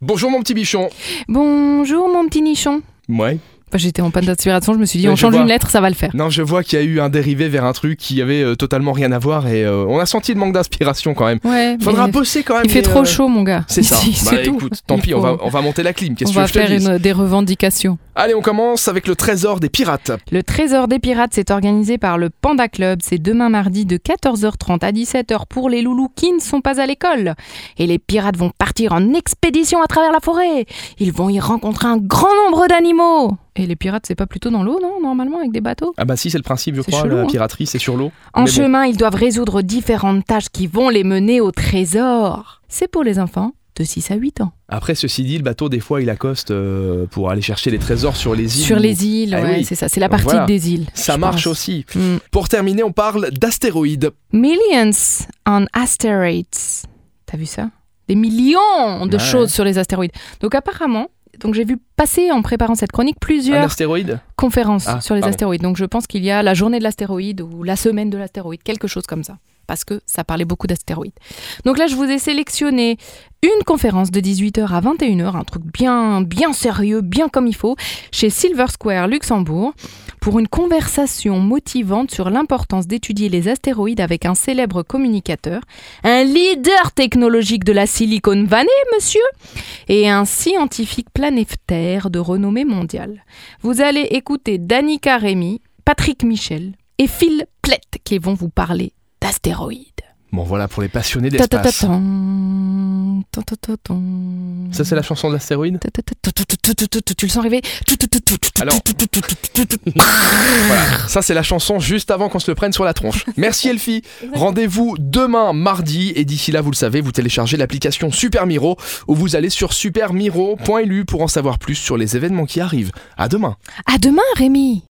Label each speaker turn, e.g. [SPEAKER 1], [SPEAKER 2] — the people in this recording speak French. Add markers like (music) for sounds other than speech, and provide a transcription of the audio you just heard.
[SPEAKER 1] Bonjour mon petit bichon.
[SPEAKER 2] Bonjour mon petit nichon.
[SPEAKER 1] Ouais.
[SPEAKER 2] Enfin, J'étais en panne d'inspiration, je me suis dit
[SPEAKER 1] Mais
[SPEAKER 2] on
[SPEAKER 1] je
[SPEAKER 2] change
[SPEAKER 1] vois.
[SPEAKER 2] une lettre, ça va le faire.
[SPEAKER 1] Non, je vois qu'il y a eu un dérivé vers un truc qui avait euh, totalement rien à voir et euh, on a senti le manque d'inspiration quand même.
[SPEAKER 2] Ouais.
[SPEAKER 1] Faudra
[SPEAKER 2] mais
[SPEAKER 1] bosser quand même.
[SPEAKER 2] il fait
[SPEAKER 1] mais,
[SPEAKER 2] trop
[SPEAKER 1] euh,
[SPEAKER 2] chaud mon gars. (laughs)
[SPEAKER 1] (laughs) C'est ça.
[SPEAKER 2] Ici,
[SPEAKER 1] Bah,
[SPEAKER 2] c'est tout.
[SPEAKER 1] écoute, tant
[SPEAKER 2] Il
[SPEAKER 1] pis, on
[SPEAKER 2] faut-
[SPEAKER 1] va, on va monter la clim. Qu'est-ce
[SPEAKER 2] on
[SPEAKER 1] que tu veux
[SPEAKER 2] va
[SPEAKER 1] que je te
[SPEAKER 2] faire
[SPEAKER 1] dise
[SPEAKER 2] une- des revendications.
[SPEAKER 1] Allez, on commence avec le trésor des pirates.
[SPEAKER 2] Le Trésor des Pirates, c'est organisé par le Panda Club. C'est demain mardi de 14h30 à 17h pour les loulous qui ne sont pas à l'école. Et les pirates vont partir en expédition à travers la forêt. Ils vont y rencontrer un grand nombre d'animaux. Et les pirates, c'est pas plutôt dans l'eau, non Normalement, avec des bateaux
[SPEAKER 1] Ah bah si, c'est le principe, je
[SPEAKER 2] C'est
[SPEAKER 1] crois,
[SPEAKER 2] chelou,
[SPEAKER 1] la
[SPEAKER 2] hein.
[SPEAKER 1] piraterie, c'est sur l'eau.
[SPEAKER 2] En
[SPEAKER 1] Mais bon.
[SPEAKER 2] chemin, ils doivent résoudre différentes tâches qui vont les mener au trésor. C'est pour les enfants de 6 à 8 ans.
[SPEAKER 1] Après, ceci dit, le bateau, des fois, il accoste euh, pour aller chercher les trésors sur les îles.
[SPEAKER 2] Sur les îles,
[SPEAKER 1] Ah
[SPEAKER 2] ouais,
[SPEAKER 1] oui.
[SPEAKER 2] c'est ça. C'est la
[SPEAKER 1] Donc
[SPEAKER 2] partie
[SPEAKER 1] voilà.
[SPEAKER 2] des îles.
[SPEAKER 1] Ça
[SPEAKER 2] je
[SPEAKER 1] marche
[SPEAKER 2] pense.
[SPEAKER 1] aussi.
[SPEAKER 2] Mm.
[SPEAKER 1] Pour terminer, on parle d'astéroïdes.
[SPEAKER 2] Millions on asteroids. T'as vu ça Des millions de
[SPEAKER 1] Ouais.
[SPEAKER 2] choses sur les astéroïdes. Donc apparemment, donc j'ai vu passer en préparant cette chronique
[SPEAKER 1] Un
[SPEAKER 2] plusieurs
[SPEAKER 1] astéroïde
[SPEAKER 2] conférences
[SPEAKER 1] Ah,
[SPEAKER 2] sur les
[SPEAKER 1] pardon.
[SPEAKER 2] astéroïdes. Donc je pense qu'il y a la journée de l'astéroïde ou la semaine de l'astéroïde, quelque chose comme ça. Parce que ça parlait beaucoup d'astéroïdes. Donc là, je vous ai sélectionné une conférence de 18h à 21h, un truc bien, bien sérieux, bien comme il faut, chez Silver Square Luxembourg, pour une conversation motivante sur l'importance d'étudier les astéroïdes avec un célèbre communicateur, un leader technologique de la Silicon Valley, monsieur, et un scientifique planétaire de renommée mondiale. Vous allez écouter Danica Rémy, Patrick Michel et Phil Plett qui vont vous parler d'astéroïdes.
[SPEAKER 1] Bon, voilà, pour les passionnés d'espace.
[SPEAKER 2] Ta-ta-ta-tan, ta-ta-ta-tan.
[SPEAKER 1] Ça, c'est la chanson de l'astéroïde
[SPEAKER 2] Ta-ta-ta-ta-ta-ta-ta-ta-ta-ta. Tu le sens rêver
[SPEAKER 1] Alors- Ça, c'est la chanson juste avant qu'on se le prenne sur la tronche. Merci Elfie. Rendez-vous demain mardi. Et d'ici là, vous le savez, vous téléchargez l'application Super Miro ou vous allez sur supermiro.lu pour en savoir plus sur les événements qui arrivent. À demain.
[SPEAKER 2] À demain, Rémi